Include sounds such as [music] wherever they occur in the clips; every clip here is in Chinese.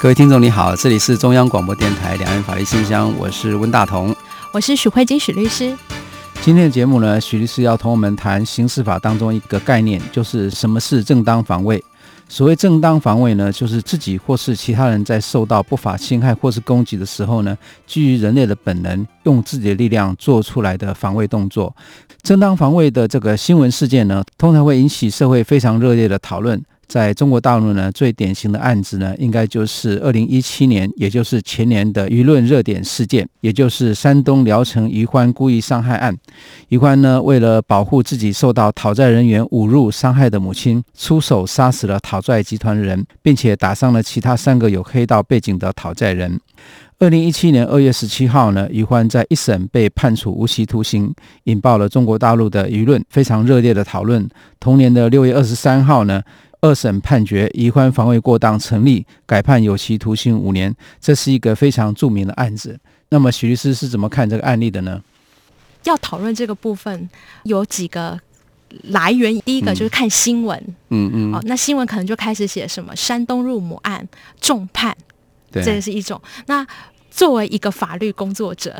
各位听众，你好，这里是中央广播电台两岸法律信箱，我是温大同。我是许慧金许律师。今天的节目呢，许律师要同我们谈刑事法当中一个概念，就是什么是正当防卫。所谓正当防卫呢，就是自己或是其他人在受到不法侵害或是攻击的时候呢，基于人类的本能，用自己的力量做出来的防卫动作。正当防卫的这个新闻事件呢，通常会引起社会非常热烈的讨论。在中国大陆呢，最典型的案子呢，应该就是二零一七年，也就是前年的舆论热点事件，也就是山东聊城余欢故意伤害案。余欢呢，为了保护自己受到讨债人员侮辱伤害的母亲，出手杀死了讨债集团人，并且打伤了其他三个有黑道背景的讨债人。二零一七年二月十七号呢，余欢在一审被判处无期徒刑，引爆了中国大陆的舆论非常热烈的讨论。同年的六月二十三号呢，二审判决疑欢防卫过当成立，改判有期徒刑五年，这是一个非常著名的案子。那么许律师是怎么看这个案例的呢？要讨论这个部分，有几个来源。第一个就是看新闻，嗯嗯，哦，那新闻可能就开始写什么山东入母案重判，这对，是一种。那作为一个法律工作者，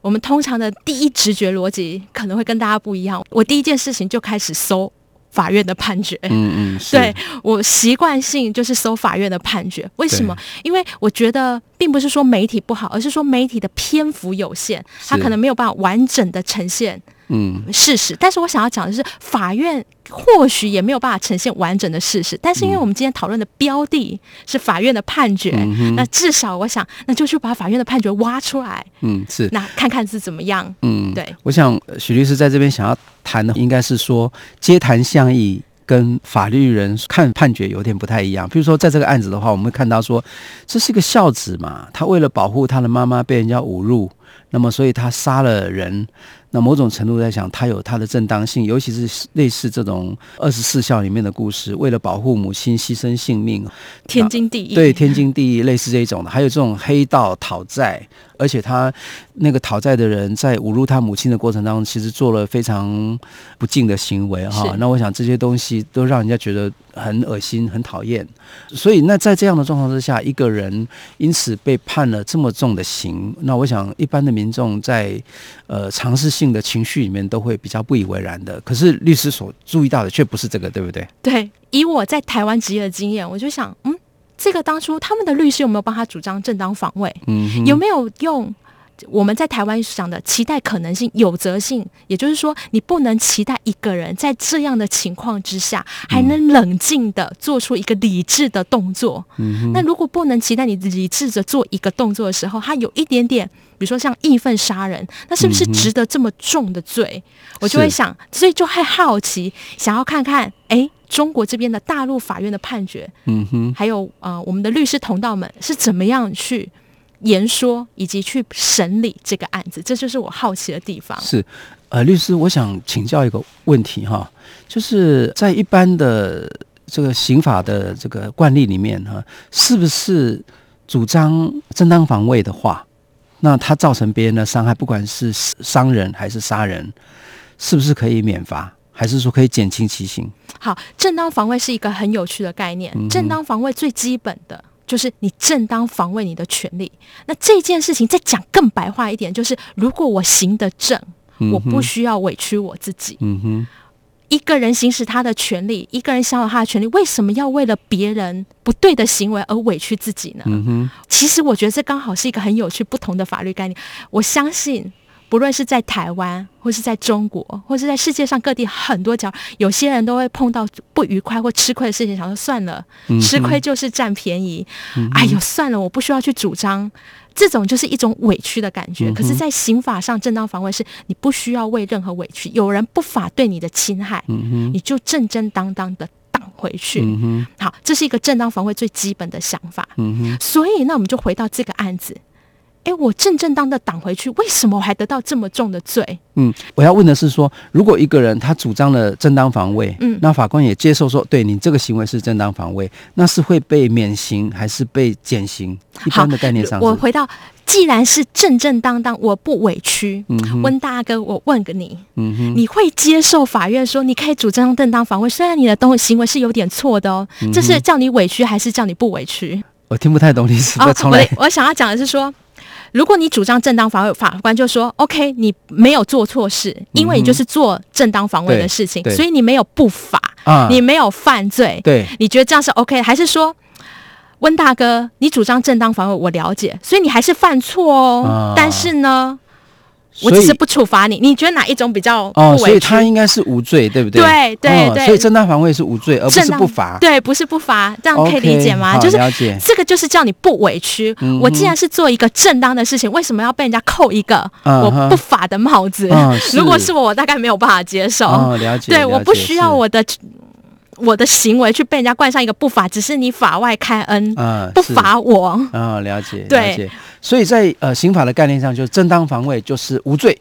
我们通常的第一直觉逻辑可能会跟大家不一样。我第一件事情就开始搜法院的判决，嗯嗯，是对，我习惯性就是搜法院的判决，为什么？因为我觉得并不是说媒体不好，而是说媒体的篇幅有限，它是可能没有办法完整的呈现嗯事实。但是我想要讲的是，法院或许也没有办法呈现完整的事实，但是因为我们今天讨论的标的是法院的判决，嗯那至少我想，那就去把法院的判决挖出来，嗯是那看看是怎么样。嗯。对，我想呃许律师在这边想要谈的，应该是说街谈巷议。跟法律人看判决有点不太一样，比如说在这个案子的话，我们会看到说，这是一个孝子嘛，他为了保护他的妈妈被人家侮辱，那么所以他杀了人，那某种程度在想，他有他的正当性，尤其是类似这种二十四孝里面的故事，为了保护母亲牺牲性命，天经地义。对，天经地义，类似这种的，还有这种黑道讨债，而且他那个讨债的人在侮辱他母亲的过程当中，其实做了非常不敬的行为哈是。那我想这些东西都让人家觉得很恶心、很讨厌。所以那在这样的状况之下，一个人因此被判了这么重的刑，那我想一般的民众在呃尝试性的情绪里面都会比较不以为然的。可是律师所注意到的却不是这个，对不对？对，以我在台湾职业的经验，我就想，嗯，这个当初他们的律师有没有帮他主张正当防卫？嗯哼，有没有用我们在台湾讲的期待可能性、有责性？也就是说，你不能期待一个人在这样的情况之下还嗯能冷静的做出一个理智的动作。嗯、那如果不能期待你理智的做一个动作的时候，他有一点点。比如说像义愤杀人，那是不是值得这么重的罪？我就会嗯是想，所以就会好奇，想要看看，诶，中国这边的大陆法院的判决，嗯哼。还有呃，我们的律师同道们是怎么样去言说以及去审理这个案子，这就是我好奇的地方。是，呃，律师，我想请教一个问题哈，就是在一般的这个刑法的这个惯例里面哈，是不是主张正当防卫的话，那他造成别人的伤害，不管是伤人还是杀人，是不是可以免罚，还是说可以减轻其刑？好，正当防卫是一个很有趣的概嗯念。正当防卫最基本的就是你正当防卫你的权利。那这件事情再讲更白话一点，就是如果我行得正，我不需要委屈我自己。嗯哼，一个人行使他的权利，一个人享有他的权利，为什么要为了别人不对的行为而委屈自己呢？嗯哼，其实我觉得这刚好是一个很有趣不同的法律概念。我相信，不论是在台湾，或是在中国，或是在世界上各地很多角，有些人都会碰到不愉快或吃亏的事情，想说算了，吃亏就是占便宜，哎呦算了，我不需要去主张。这种就是一种委屈的感觉，可是，在刑法上，正当防卫是你不需要为任何委屈，有人不法对你的侵害，你就正正当当的挡回去。嗯哼，好，这是一个正当防卫最基本的想法。嗯哼，所以，那我们就回到这个案子。诶，我正正当的挡回去，为什么我还得到这么重的罪？嗯，我要问的是说，如果一个人他主张了正当防卫，嗯那法官也接受说，对你这个行为是正当防卫，那是会被免刑还是被减刑？一般的概念上我是，回到，既然是正正当当，我不委屈。嗯哼，温大哥，我问个你，嗯哼，你会接受法院说你可以主张正当防卫，虽然你的东行为是有点错的哦，嗯这是叫你委屈还是叫你不委屈？我听不太懂你是哦不是从我来的我想要讲的是说，如果你主张正当防卫，法官就说 OK，你没有做错事，因为你就是做正当防卫的事情，嗯对对所以你没有不法，啊，你没有犯罪，对你觉得这样是 OK，还是说？温大哥，你主张正当防卫，我了解，所以你还是犯错哦。啊但是呢，我所只以是不处罚你。你觉得哪一种比较不哦，委屈？所以他应该是无罪，对不对？对对哦对所以正当防卫是无罪，而不正是当不罚。对，不是不罚，这样可以理解 OK，吗好就是了解这个就是叫你不委屈。嗯哼我既然是做一个正当的事情，为什么要被人家扣一个嗯我哼不法的帽子？嗯是如果是我，我大概没有办法接受。哦，了解。对，了我解不需要是我的我的行为去被人家冠上一个不法，只是你法外开恩，啊，不是罚我。啊、了解，了对解。所以在呃刑法的概念上，就是正当防卫就是无罪。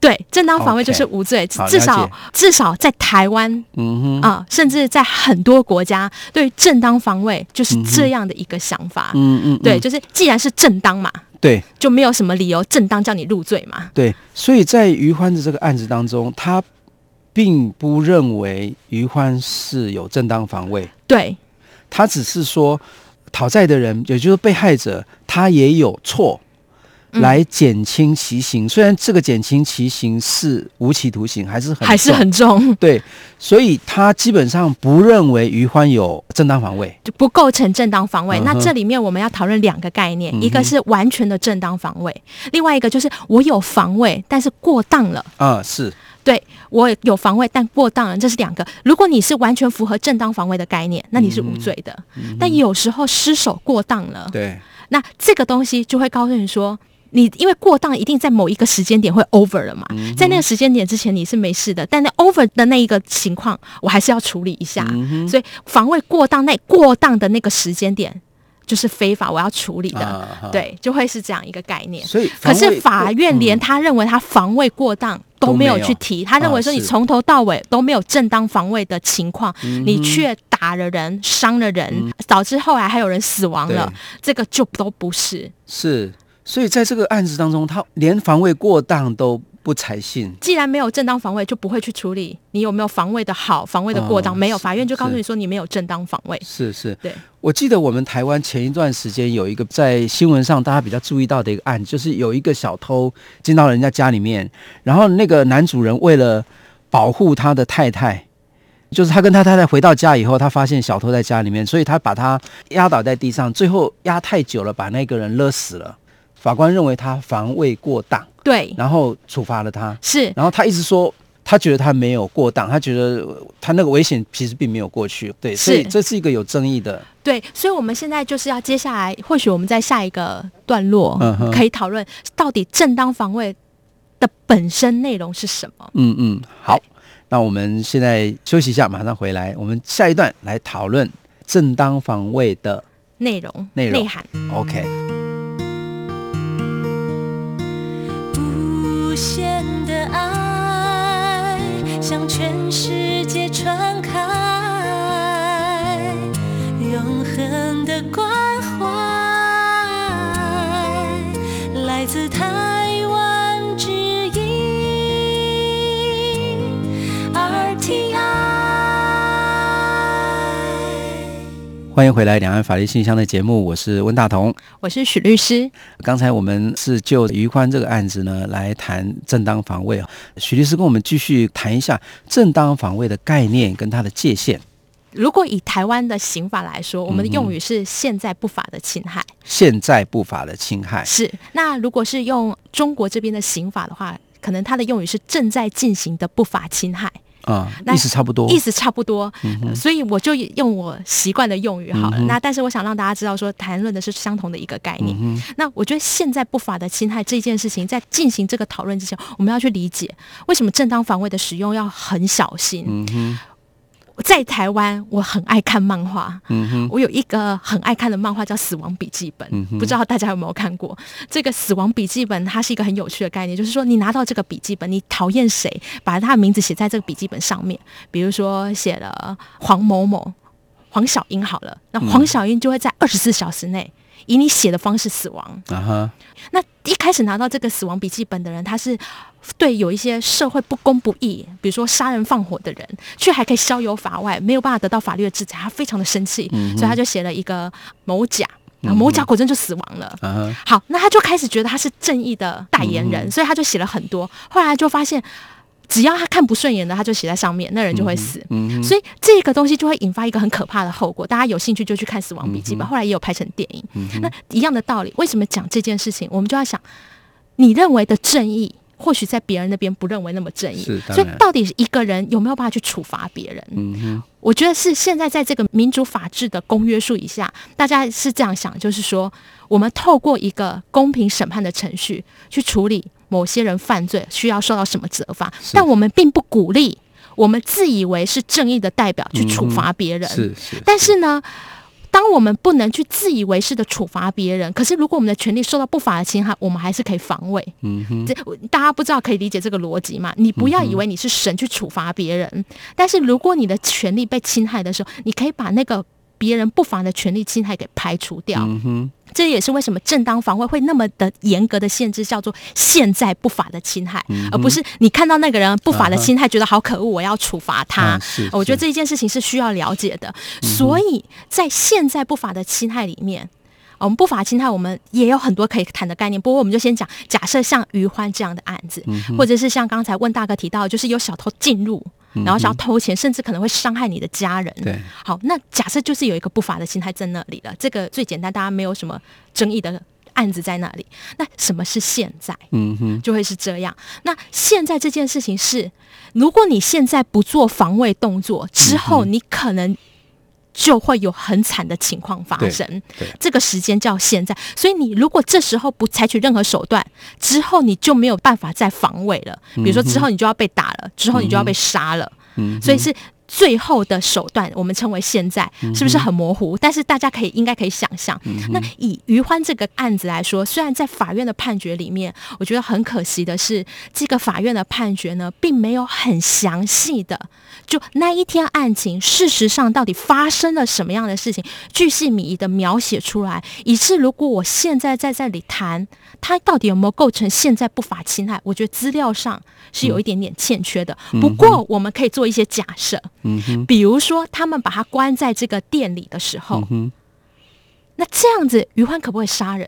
对，正当防卫 OK，就是无罪，好至了少解至少在台湾嗯哼，啊、甚至在很多国家，对于正当防卫就是这样的一个想法。嗯嗯，对，嗯就是既然是正当嘛，对就没有什么理由正当叫你入罪嘛。对。所以在于欢的这个案子当中，他并不认为于欢是有正当防卫，对他只是说讨债的人，也就是被害者，他也有错。嗯来减轻其刑，虽然这个减轻其刑是无期徒刑，还是很还是重很重，对，所以他基本上不认为于欢有正当防卫。就不构成正当防卫。嗯哼那这里面我们要讨论两个概念，嗯哼一个是完全的正当防卫，另外一个就是我有防卫，但是过当了。啊、是对我有防卫，但过当了，这是两个。如果你是完全符合正当防卫的概念，那你是无罪的。嗯但有时候失手过当了，对，那这个东西就会告诉你说，你因为过当一定在某一个时间点会 over 了嘛，嗯在那个时间点之前你是没事的，但那 over 的那一个情况，我还是要处理一下。嗯所以防卫过当那过当的那个时间点就是非法，我要处理的。啊哈对，就会是这样一个概念。所以防可卫是法院连他认为他防卫过当都没有去提，他认为说啊你是从头到尾都没有正当防卫的情况，嗯你却打了人、伤了人，导致后来还有人死亡了，这个就都不是。是，所以在这个案子当中，他连防卫过当都不采信。既然没有正当防卫，就不会去处理你有没有防卫的好、防卫的过当，啊没有，是法院就告诉是你说你没有正当防卫。是是，对，我记得我们台湾前一段时间有一个在新闻上大家比较注意到的一个案，就是有一个小偷进到人家家里面，然后那个男主人为了保护他的太太。就是他跟他太太回到家以后，他发现小偷在家里面，所以他把他压倒在地上，最后压太久了，把那个人勒死了。法官认为他防卫过当，对，然后处罚了他。是然后他一直说，他觉得他没有过当，他觉得呃他那个危险其实并没有过去，对，是所以这是一个有争议的，对，所以我们现在就是要接下来，或许我们在下一个段落、嗯哼可以讨论到底正当防卫的本身内容是什么。嗯嗯，好，那我们现在休息一下，马上回来，我们下一段来讨论正当防卫的内容、内容内涵。 OK。无限的爱向全世界传开，永恒的关怀来自台湾之音 RTI。欢迎回来《两岸法律信箱》的节目，我是温大同。我是许律师，刚才我们是就于宽这个案子呢来谈正当防卫。哦许律师跟我们继续谈一下正当防卫的概念跟它的界限。如果以台湾的刑法来说，我们的用语是现在不法的侵害。现在不法的侵害，是，那如果是用中国这边的刑法的话，可能它的用语是正在进行的不法侵害，啊、那意思差不多，意思差不多。呃所以我就用我习惯的用语好了。那但是我想让大家知道说，谈论的是相同的一个概念。那我觉得现在不法的侵害这件事情，在进行这个讨嗯论之前，我们要去理解为什么正当防卫的使用要很小心。在台湾，我很爱看漫画。嗯哼，我有一个很爱看的漫画叫《死亡笔记本》，嗯哼不知道大家有没有看过？这个《死亡笔记本》它是一个很有趣的概念，就是说你拿到这个笔记本，你讨厌谁，把他的名字写在这个笔记本上面。比如说写了黄某某、黄小英好了，嗯那黄小英就会在二十四小时内以你写的方式死亡。啊哈，那一开始拿到这个死亡笔记本的人，他是对有一些社会不公不义，比如说杀人放火的人，却还可以逍遥法外，没有办法得到法律的制裁，他非常的生气，所以他就写了一个某甲，啊某甲果真就死亡了。啊哈，好，那他就开始觉得他是正义的代言嗯人，所以他就写了很多。后来就发现，只要他看不顺眼的，他就写在上面，那人就会死。嗯哼，所以这个东西就会引发一个很可怕的后果。大家有兴趣就去看《死亡笔记嗯本》后来也有拍成电影。那一样的道理，为什么讲这件事情，我们就要想，你认为的正义，或许在别人那边不认为那么正义是，当然所以到底一个人有没有办法去处罚别人？嗯哼，我觉得是现在在这个民主法治的公约数以下，大家是这样想，就是说，我们透过一个公平审判的程序去处理某些人犯罪需要受到什么责罚，但我们并不鼓励我们自以为是正义的代表去处罚别嗯人。是是，但是呢，当我们不能去自以为是的处罚别人，可是如果我们的权利受到不法的侵害，我们还是可以防卫。嗯哼，嗯这我大家不知道可以理解这个逻辑吗？你不要以为你是神去处罚别人，但是如果你的权利被侵害的时候，你可以把那个。别人不法的权利侵害给排除掉，嗯哼，这也是为什么正当防卫会那么的严格的限制，叫做现在不法的侵害，嗯而不是你看到那个人不法的侵害，觉得好可恶，我要处罚他。啊是，我觉得是嗯这一件事情是需要了解的。所以在现在不法的侵害里面，呃我们不法侵害我们也有很多可以谈的概念。不过我们就先讲，假设像余欢这样的案子，或者是像刚才问大哥提到的，就是有小偷进入。然后想要偷钱，甚至可能会伤害你的家人。对，好，那假设就是有一个不法的心态在那里了，这个最简单，大家没有什么争议的案子在那里。那什么是现在？嗯哼，就会是这样。那现在这件事情是，如果你现在不做防卫动作，之嗯后你可能就会有很惨的情况发生对对。这个时间叫现在，所以你如果这时候不采取任何手段，之后你就没有办法再防卫了。比嗯如说之后你就要被打了，之后你就要被杀了。嗯哼所以是最后的手段，我们称为现在，嗯是不是很模糊？但是大家可以应该可以想象。那以余欢这个案子来说，虽然在法院的判决里面，我觉得很可惜的是，这个法院的判决呢，并没有很详细的就那一天案情事实上到底发生了什么样的事情，巨细靡遗的描写出来，以致如果我现在在这里谈，它到底有没有构成现在不法侵害，我觉得资料上是有一点点欠缺的。不过我们可以做一些假设，嗯哼，比如说他们把他关在这个店里的时候，嗯哼那这样子余欢可不可以杀人？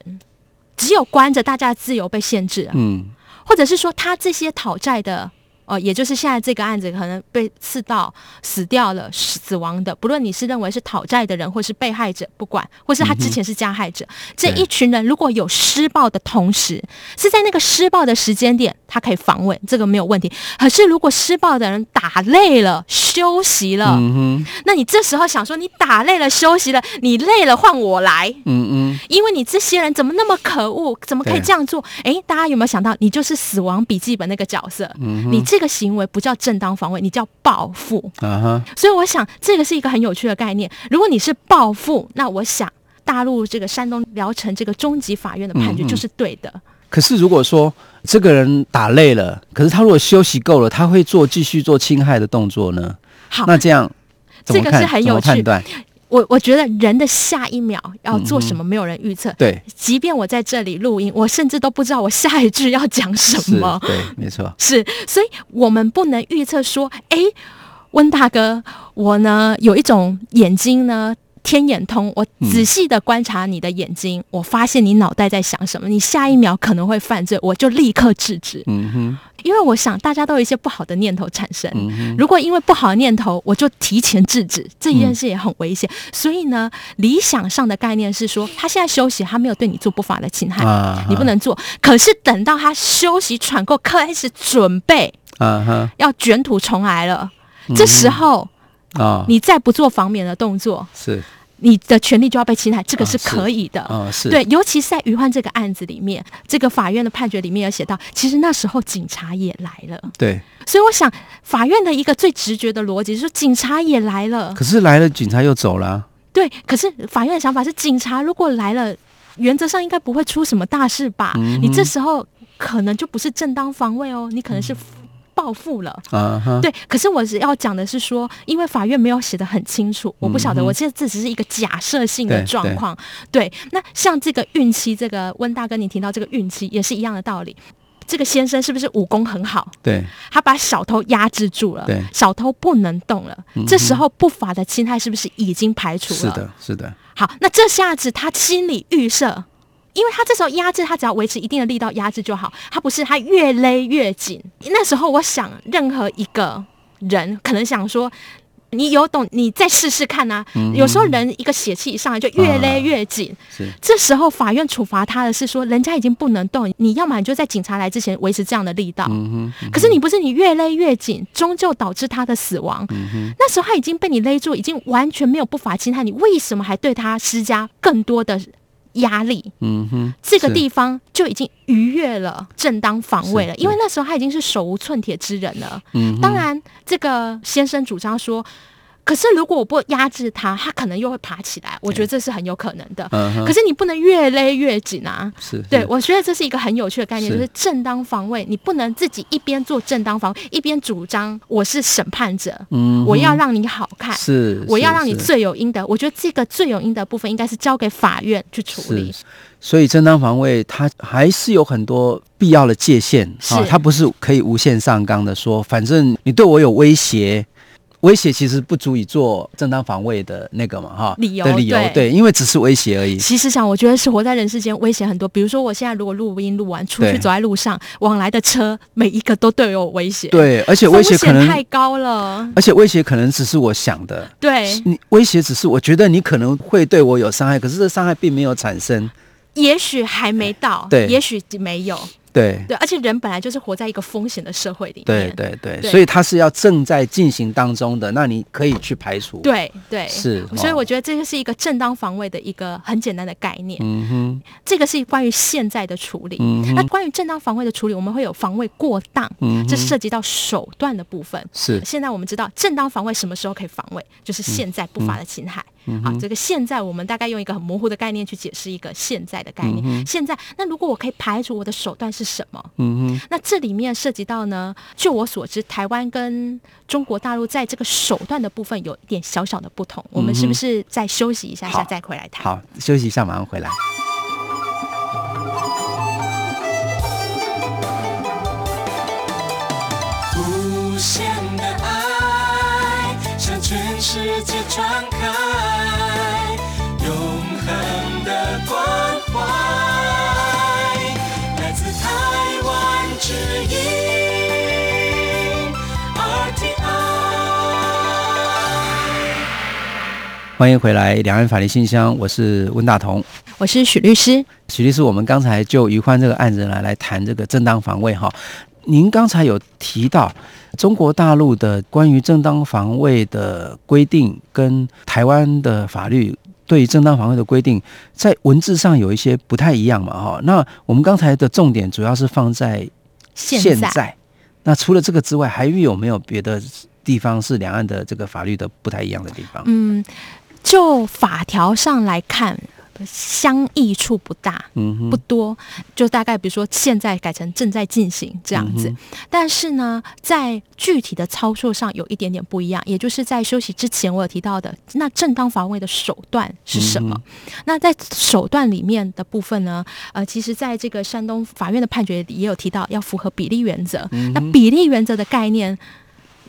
只有关着，大家的自由被限制啊。嗯或者是说他这些讨债的，呃，也就是现在这个案子可能被刺到死掉了、死死亡的，不论你是认为是讨债的人，或是被害者，不管，或是他之前是加害者，这一群人如果有施暴的同时，是在那个施暴的时间点，他可以防卫，这个没有问题。可是如果施暴的人打累了、休息了，嗯哼，那你这时候想说，你打累了、休息了，你累了换我来，嗯嗯，因为你这些人怎么那么可恶，怎么可以这样做？诶，大家有没有想到，你就是《死亡笔记本》那个角色？嗯你这个行为不叫正当防卫，你叫报复。啊哈，所以我想，这个是一个很有趣的概念。如果你是报复，那我想大陆这个山东聊城这个中级法院的嗯判决就是对的。可是如果说这个人打累了，可是他如果休息够了，他会做继续做侵害的动作呢？好那这样怎这么个看？是很怎有么趣判断？我我觉得人的下一秒要做什么，没有人预测。嗯对，即便我在这里录音，我甚至都不知道我下一句要讲 [laughs] 什是么，。对，没错。是，所以我们不能预测说，哎，温大哥，我呢有一种眼睛呢。天眼通，我仔细的观察你的眼睛，我发现你脑袋在想什么，你下一秒可能会犯罪，我就立刻制止。嗯哼，因为我想大家都有一些不好的念头产生，嗯哼，如果因为不好的念头，我就提前制止这件事也很危险。所以呢，理想上的概念是说，他现在休息，他没有对你做不法的侵害，啊哈你不能做。可是等到他休息喘够，开始准备啊哈，要卷土重来了，这时候啊，你再不做防免的动作，是你的权利就要被侵害，这个啊是是可以的。啊、是，对，尤其是在于焕这个案子里面，这个法院的判决里面有写到，其实那时候警察也来了，对。所以我想，法院的一个最直觉的逻辑就是警察也来了，可是来了，警察又走了啊，对。可是法院的想法是，警察如果来了，原则上应该不会出什么大事吧？嗯你这时候可能就不是正当防卫哦，你可能是报复了。嗯啊哈，对，可是我只要讲的是说，因为法院没有写的很清楚，我不晓得，我现在这只是一个假设性的嗯对状对况。对，那像这个孕期，这个温大哥你提到这个孕期也是一样的道理。这个先生是不是武功很好？对，他把小偷压制住了对，嗯小偷不能动了。这时候不法的侵害是不是已经排除了？是的，是的，好，那这下子他心理预设，因为他这时候压制，他只要维持一定的力道压制就好，他不是他越勒越紧。那时候我想，任何一个人可能想说。你有懂，你再试试看呐、有时候人一个血气一上来就越勒越紧，是这时候法院处罚他的是说，人家已经不能动，你要么你就在警察来之前维持这样的力道。可是你不是你越勒越紧，终究导致他的死亡。那时候他已经被你勒住，已经完全没有不法侵害，你为什么还对他施加更多的压力？嗯哼，这个是地方就已经逾越了正当防卫了，是嗯因为那时候他已经是手无寸铁之人了。当然，这个先生主张说。可是，如果我不压制他，他可能又会爬起来。我觉得这是很有可能的。嗯哼，可是你不能越勒越紧啊。是，对，是我觉得这是一个很有趣的概念，是就是正当防卫，你不能自己一边做正当防卫，一边主张我是审判者，嗯哼我要让你好看，是，我要是让你是罪有应得。我觉得这个罪有应得的部分应该是交给法院去处是理。，所以正当防卫它还是有很多必要的界限啊是，它不是可以无限上纲的说，反正你对我有威胁。威胁其实不足以做正当防卫的那个嘛，哈，理由的理由对对，因为只是威胁而已。其实想，我觉得是活在人世间危险很多。比如说，我现在如果录音录完，出去对走在路上，往来的车每一个都对我有威胁，，对，而且威胁可能，太高了。而且威胁可能只是我想的，对，你威胁只是我觉得你可能会对我有伤害，可是这伤害并没有产生。也许还没到，对也许没有，对，对，而且人本来就是活在一个风险的社会里面，对对对，对所以它是要正在进行当中的，那你可以去排除。，对对是哦所以我觉得这个是一个正当防卫的一个很简单的概念。嗯哼，这个是关于现在的处理。那关于正当防卫的处理，我们会有防卫过当，这涉及到手段的部分。是现在我们知道正当防卫什么时候可以防卫，就是现在不法的侵害。好，这个现在我们大概用一个很模糊的概念去解释一个现在的概念。现在，那如果我可以排除我的手段是什么？嗯那这里面涉及到呢，就我所知，台湾跟中国大陆在这个手段的部分有一点小小的不同。我们是不是再休息一下下好再回来谈？好，休息一下，马上回来。无限的爱向全世界传开，永恒的关怀，来自台湾之音 RTI。欢迎回来，两岸法律信箱，我是温大同。我是许律师。许律师，我们刚才就于欢这个案子来来谈这个正当防卫哈。您刚才有提到中国大陆的关于正当防卫的规定，跟台湾的法律对正当防卫的规定，在文字上有一些不太一样嘛哈。那我们刚才的重点主要是放在现在现在那除了这个之外，还有没有别的地方是两岸的这个法律的不太一样的地方？嗯，就法条上来看，相异处不大，嗯哼不多，就大概比如说现在改成正在进行这样嗯子。但是呢，在具体的操作上有一点点不一样，也就是在休息之前我有提到的，那正当防卫的手段是什么？嗯那在手段里面的部分呢，呃，其实在这个山东法院的判决里也有提到，要符合比例原则。嗯那比例原则的概念。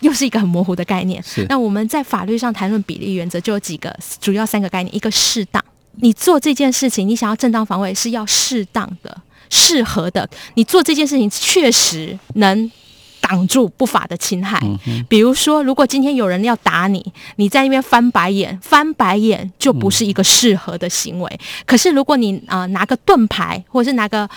又是一个很模糊的概念是。那我们在法律上谈论比例原则，就有几个主要三个概念：一个适当，你做这件事情，你想要正当防卫是要适当的、适合的。你做这件事情确实能挡住不法的侵害。比如说，如果今天有人要打你，你在那边翻白眼，翻白眼就不是一个适合的行为。可是如果你啊、呃拿个盾牌，或者是拿个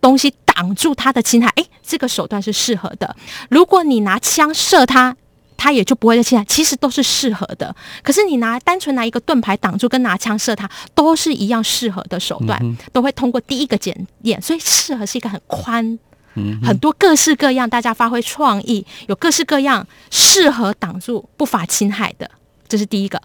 东西挡住他的侵害，诶，这个手段是适合的。如果你拿枪射他，他也就不会再气来。其实都是适合的，可是你拿单纯拿一个盾牌挡住，跟拿枪射他都是一样适合的手段，都会通过第一个检验，所以适合是一个很宽。嗯很多各式各样，大家发挥创意，有各式各样适合挡住不法侵害的，这是第一个。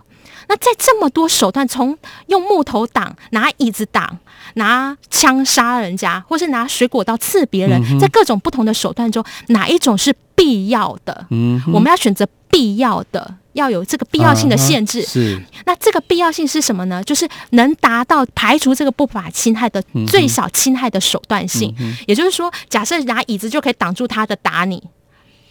那在这么多手段，从用木头挡、拿椅子挡、拿枪杀人家，或是拿水果刀刺别嗯人，在各种不同的手段中，哪一种是必要的？嗯哼，我们要选择必要的，要有这个必要性的限制。啊哈是那这个必要性是什么呢？就是能达到排除这个不法侵害的嗯最小侵害的手段性。也就是说，假设拿椅子就可以挡住他的打你，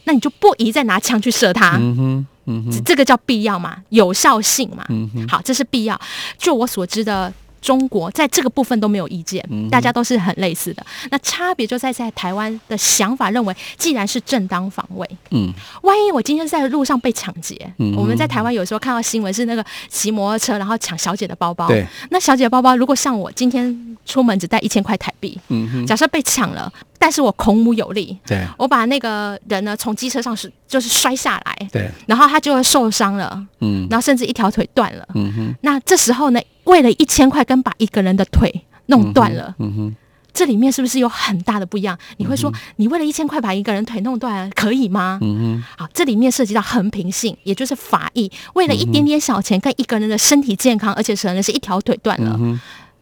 那你就不宜再拿枪去射他。嗯哼，嗯哼，这个叫必要嘛？有效性嘛？嗯哼，好，这是必要。就我所知的，中国在这个部分都没有意见，嗯大家都是很类似的。那差别就在在台湾的想法认为，既然是正当防卫，嗯，万一我今天在路上被抢劫，嗯我们在台湾有时候看到新闻是那个骑摩托车然后抢小姐的包包，对，那小姐的包包如果像我今天出门只带一千块台币，嗯哼，假设被抢了，但是我孔武有力。对我把那个人呢从机车上是就是摔下来，对，然后他就会受伤了，嗯然后甚至一条腿断了。嗯哼，那这时候呢，为了一千块跟把一个人的腿弄断了，嗯哼，这里面是不是有很大的不一样？你会说，你为了一千块把一个人腿弄断了，可以吗？嗯好，这里面涉及到衡平性，也就是法益，为了一点点小钱跟一个人的身体健康，而且可能是一条腿断了。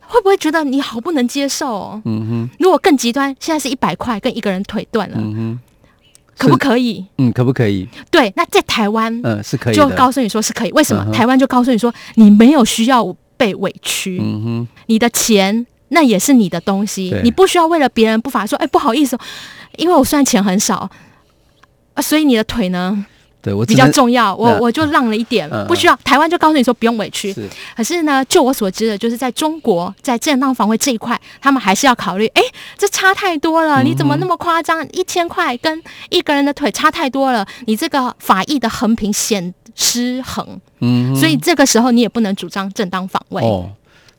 会不会觉得你好不能接受、哦？嗯哼，嗯哼，如果更极端，现在是一百块跟一个人腿断了，嗯哼，可不可以？嗯，可不可以？对，那在台湾，嗯，是可以就的。告诉你说是可以。为什么？嗯哼台湾就告诉你说你没有需要被委屈，嗯哼，你的钱那也是你的东西对，你不需要为了别人不法说，哎，不好意思哦，因为我算钱很少。啊所以你的腿呢对我只比较能重要，我嗯我就让了一点嗯，不需要。台湾就告诉你说不用委屈，是可是呢，就我所知的，就是在中国在正当防卫这一块，他们还是要考虑，哎，这差太多嗯了，你怎么那么夸张？一千块跟一个人的腿差太多了，你这个法益的横平显失衡，嗯哼，所以这个时候你也不能主张正当防卫。哦，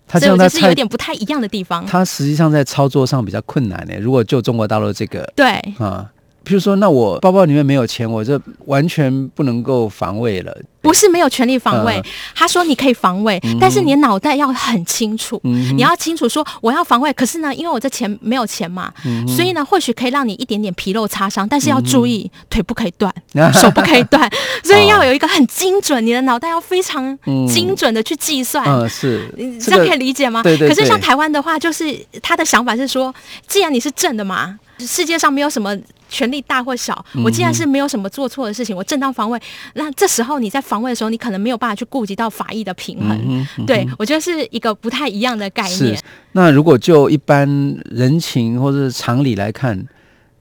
他这所以样我他就是有太点不太一样的地方。他实际上在操作上比较困难呢。如果就中国大陆这个对，啊，譬如说，那我包包里面没有钱，我这完全不能够防卫了。不是没有权利防卫嗯，他说你可以防卫，但是你脑袋要很清楚，嗯你要清楚说我要防卫，可是呢，因为我这钱没有钱嘛，嗯所以呢，或许可以让你一点点皮肉擦伤，但是要注意腿不可以 [laughs] 断，手不可以啊断，所以要有一个很精准，你的脑袋要非常精准的去计算。嗯，是你这这样个可以理解吗？对对可是像对台湾的话，就是他的想法是说，既然你是正的嘛，世界上没有什么权力大或小，嗯我既然是没有什么做错的事情，我正当防卫，那这时候你在防卫的时候，你可能没有办法去顾及到法益的平衡。嗯哼对，我觉得是一个不太一样的概是念。。那如果就一般人情或者常理来看，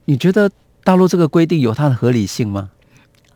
你觉得大陆这个规定有它的合理性吗？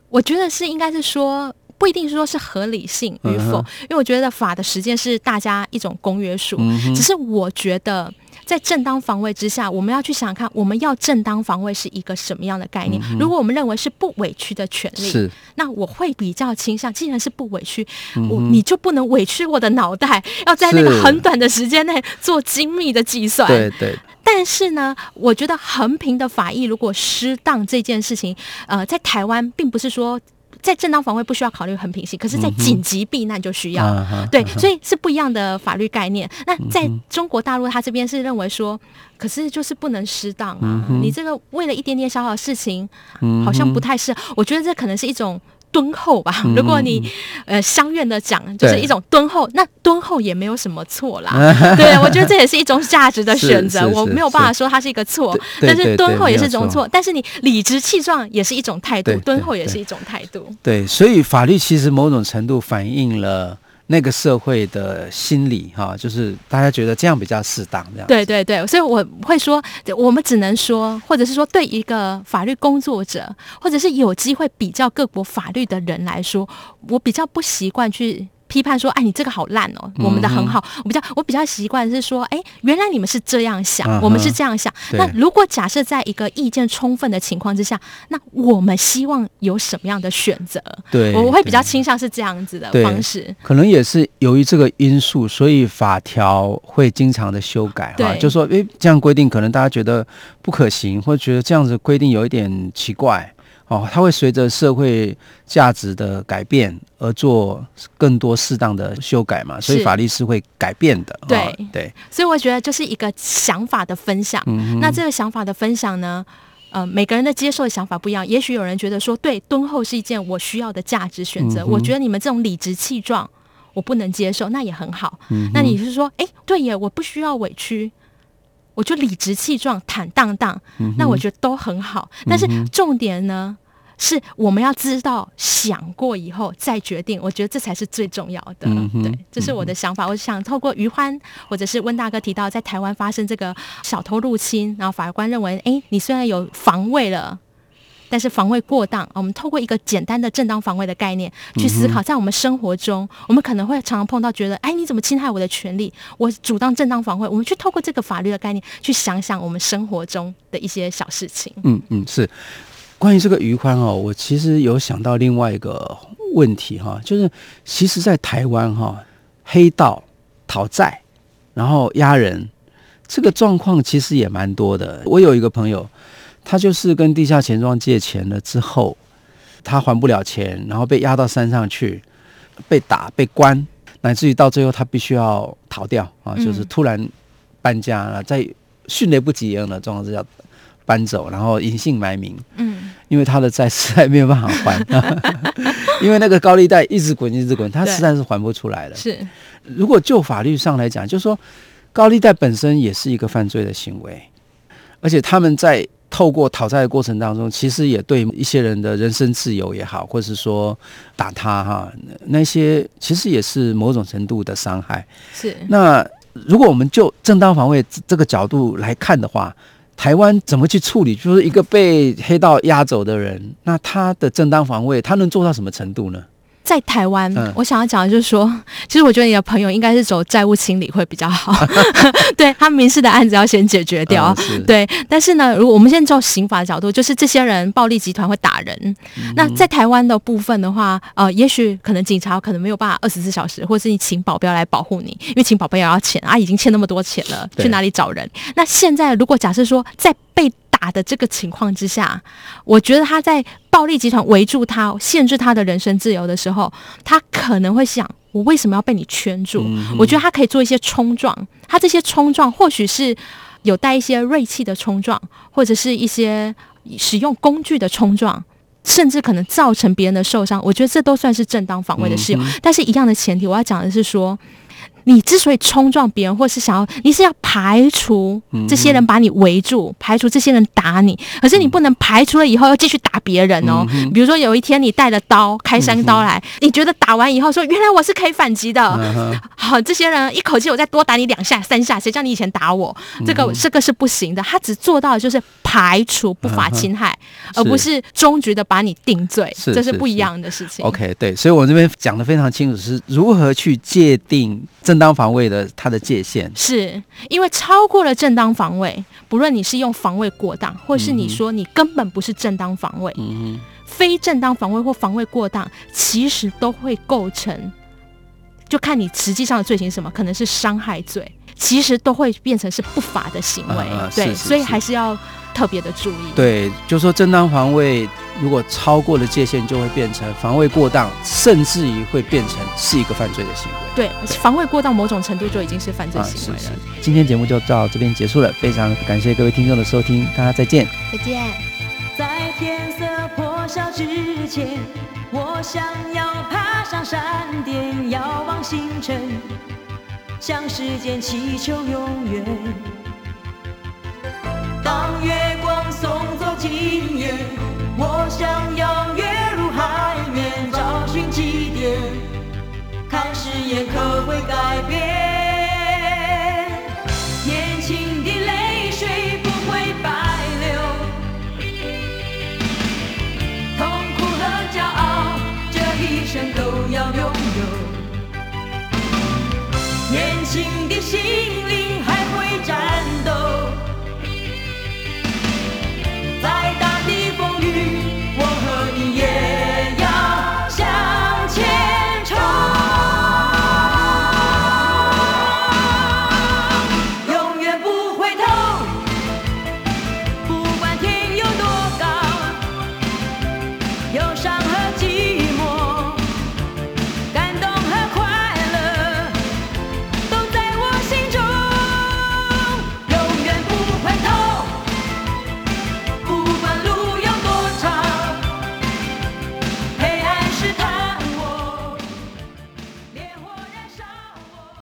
我觉得是应该是说。不一定说是合理性与否，嗯哼因为我觉得法的实践是大家一种公约数，嗯哼只是我觉得，在正当防卫之下，我们要去想想看，我们要正当防卫是一个什么样的概念？如果我们认为是不委屈的权利，嗯是，那我会比较倾向，既然是不委屈，我你就不能委屈我的脑袋，要在那嗯是个很短的时间内做精密的计算。对对，但是呢，我觉得横平的法益如果失当这件事情，呃，在台湾并不是说在正当防卫不需要考虑横平性，可是，在紧急避难就需要。啊哈，对，所以是不一样的法律概念。嗯那在中国大陆，他这边是认为说，可是就是不能失当嗯啊，你这个为了一点点小小事情，好像不太是。嗯我觉得这可能是一种。敦厚吧，如果你呃相愿的讲，就是对一种敦厚，那敦厚也没有什么错 [laughs] 啦。对，我觉得这也是一种价值的是选择，是我是没有办是法说它是一个错对，对但对是敦对厚没也是有一种错错，但是你理直气壮也是一种态度对，敦对厚也对是一种态度。对，所以法律其实某种程度反映了那个社会的心理哈、就是大家觉得这样比较适当，这样。对对对，所以我会说，我们只能说，或者是说，对一个法律工作者，或者是有机会比较各国法律的人来说，我比较不习惯去。批判说：“哎，你这个好烂哦，我们的嗯很好。我比较，我比较习惯是说，哎，原来你们是这样想，嗯哼我们是这样想。对那如果假设在一个意见充分的情况之下，那我们希望有什么样的选择？对我我会比较对倾向是这样子的对方式。可能也是由于这个因素，所以法条会经常的修改哈，对就说诶这样规定可能大家觉得不可行，或者觉得这样子规定有一点奇怪哦，它会随着社会价值的改变而做更多适当的修改嘛，所以是法律是会改变的。哦对对，所以我觉得就是一个想法的分享。那这个想法的分享呢，呃，每个人的接受的想法不一样。也许有人觉得说，对，敦厚是一件我需要的价值选择。我觉得你们这种理直气壮，我不能接受，那也很好。那你是说，哎、对耶，我不需要委屈。我就理直气壮、坦荡荡，那我觉得都很好。但是重点呢，是我们要知道想过以后再决定，我觉得这才是最重要的。嗯哼对，这是我的想法。我想透过于欢或者是温大哥提到，在台湾发生这个小偷入侵，然后法官认为，哎，你虽然有防卫了。但是防卫过当，我们透过一个简单的正当防卫的概念去思考，在我们生活中，我们可能会常常碰到觉得，哎，你怎么侵害我的权利？我主张正当防卫，我们去透过这个法律的概念去想想我们生活中的一些小事情。嗯嗯是。关于这个余宽哦，我其实有想到另外一个问题哈、就是其实，在台湾哈、黑道讨债，然后压人，这个状况其实也蛮多的。我有一个朋友，他就是跟地下钱庄借钱了之后，他还不了钱，然后被押到山上去，被打被关，乃至于到最后他必须要逃掉啊，嗯就是突然搬家了，在迅雷不及掩耳的状况之下搬走，然后隐姓埋名。嗯，因为他的债实在没有办法还，啊因为那个高利贷一直滚一直滚，他对实在是还不出来了。是如果就法律上来讲，就是说高利贷本身也是一个犯罪的行为，而且他们在透过讨债的过程当中，其实也对一些人的人身自由也好，或是说打他哈，那些其实也是某种程度的伤害。是，那如果我们就正当防卫这这个角度来看的话，台湾怎么去处理？就是一个被黑道压走的人，那他的正当防卫，他能做到什么程度呢？在台湾，嗯我想要讲的就是说， [laughs] 其实我觉得你的朋友应该是走债务清理会比较好， [laughs] 对他民事的案子要先解决嗯掉。是 [laughs] 对，但是呢，如果我们现在就刑法的角度，就是这些人暴力集团会打人。嗯那在台湾的部分的话，呃，也许可能警察可能没有办法二十四小时，或是你请保镖来保护你，因为请保镖也要钱啊，已经欠那么多钱了，对去哪里找人？那现在如果假设说在被打的这个情况之下，我觉得他在暴力集团围住他、限制他的人身自由的时候，他可能会想：我为什么要被你圈住？我觉得他可以做一些冲撞，他这些冲撞或许是有带一些锐气的冲撞，或者是一些使用工具的冲撞。甚至可能造成别人的受伤，我觉得这都算是正当防卫的事由。但是，一样的前提，我要讲的是说，你之所以冲撞别人，或是想要，你是要排除这嗯些人把你围住，排除这些人打你。可是你不能排除了以后又继续打别人哦。嗯比如说有一天你带了刀，开山刀来，你觉得打完以后说原来我是可以反击的，嗯 [laughs] 好，这些人一口气我再多打你两下、三下，谁叫你以前打我？这嗯个这个是不行的。他只做到的就是排除不嗯法侵害，而不是终局的把你定罪，是这是是不一是样的事情。 OK，对，所以我这边讲的非常清楚，是如何去界定正当防卫的它的界限。是因为超过了正当防卫，不论你是用防卫过当，或是嗯你说你根本不是正当防卫，非正当防卫或防卫过当，其实都会构成，就看你实际上的罪行是什么，可能是伤害罪，其实都会变成是不法的行为。啊啊是对，是所以是还是要特别的注意。对，就说正当防卫如果超过了界限，就会变成防卫过当，甚至于会变成是一个犯罪的行为。对，防卫过当某种程度就已经是犯罪啊，行是为是了。。今天节目就到这边结束了，非常感谢各位听众的收听，大家再见。再见。在天色破晓之前，我想要爬上山巅，遥望星辰，向时间祈求永远。当月光送走今夜，我想要跃入海面，找寻起点，看誓言可会改变。年轻的泪水不会白流。痛苦和骄傲，这一生都要拥有。年轻的心